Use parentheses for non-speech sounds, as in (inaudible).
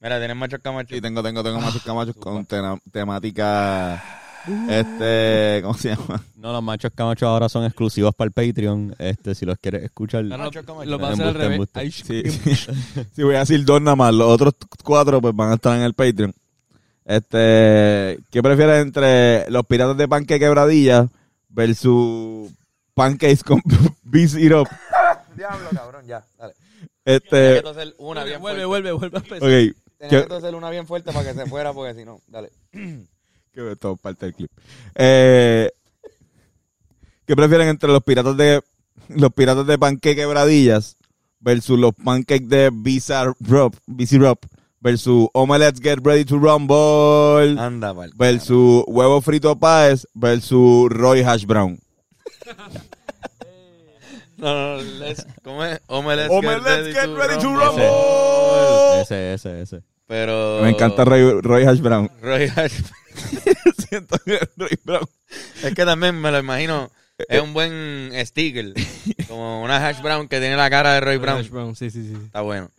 Mira, tienes machos camachos. Sí, tengo, tengo, Ah, tengo machos camachos con tena- temática. Este, ¿cómo se llama? No, los machos camachos ahora son exclusivos para el Patreon. Este, si los quieres escuchar. No, no, Macho como lo yo. vas a hacer al Embuste, revés. embuste. Ay, Sí, (laughs) sí. Sí, voy a decir dos nada más. Los otros cuatro pues van a estar en el Patreon. Este, ¿qué prefieres entre los piratas de panque quebradilla versus pancakes con (laughs) beef syrup? Diablo, cabrón, ya. Dale. Este, Tienes que hacer una bien Vuelve, fuerte. vuelve, vuelve a empezar. ok. Tienes que hacer una bien fuerte para que se fuera, porque si no, dale. Que esto es parte del clip. Eh, ¿Qué prefieren entre los piratas de los piratas de panqueque quebradillas versus los pancakes de Bizarre Rob, BC Rob versus Omelets Get Ready to Rumble Anda, pal. versus Huevo Frito Páez versus Roy Hash Brown? No, no, no, let's, ¿cómo es? Omelette, Omelets Get Ready to Rumble. Ese, ese, ese. Pero... Me encanta Roy, Roy Hash Brown. (laughs) Roy Hash. (laughs) Siento que Roy Brown. Es que también me lo imagino. Es un buen sticker. Como una hash brown que tiene la cara de Roy Brown. Brown, Sí, sí, sí. Está bueno.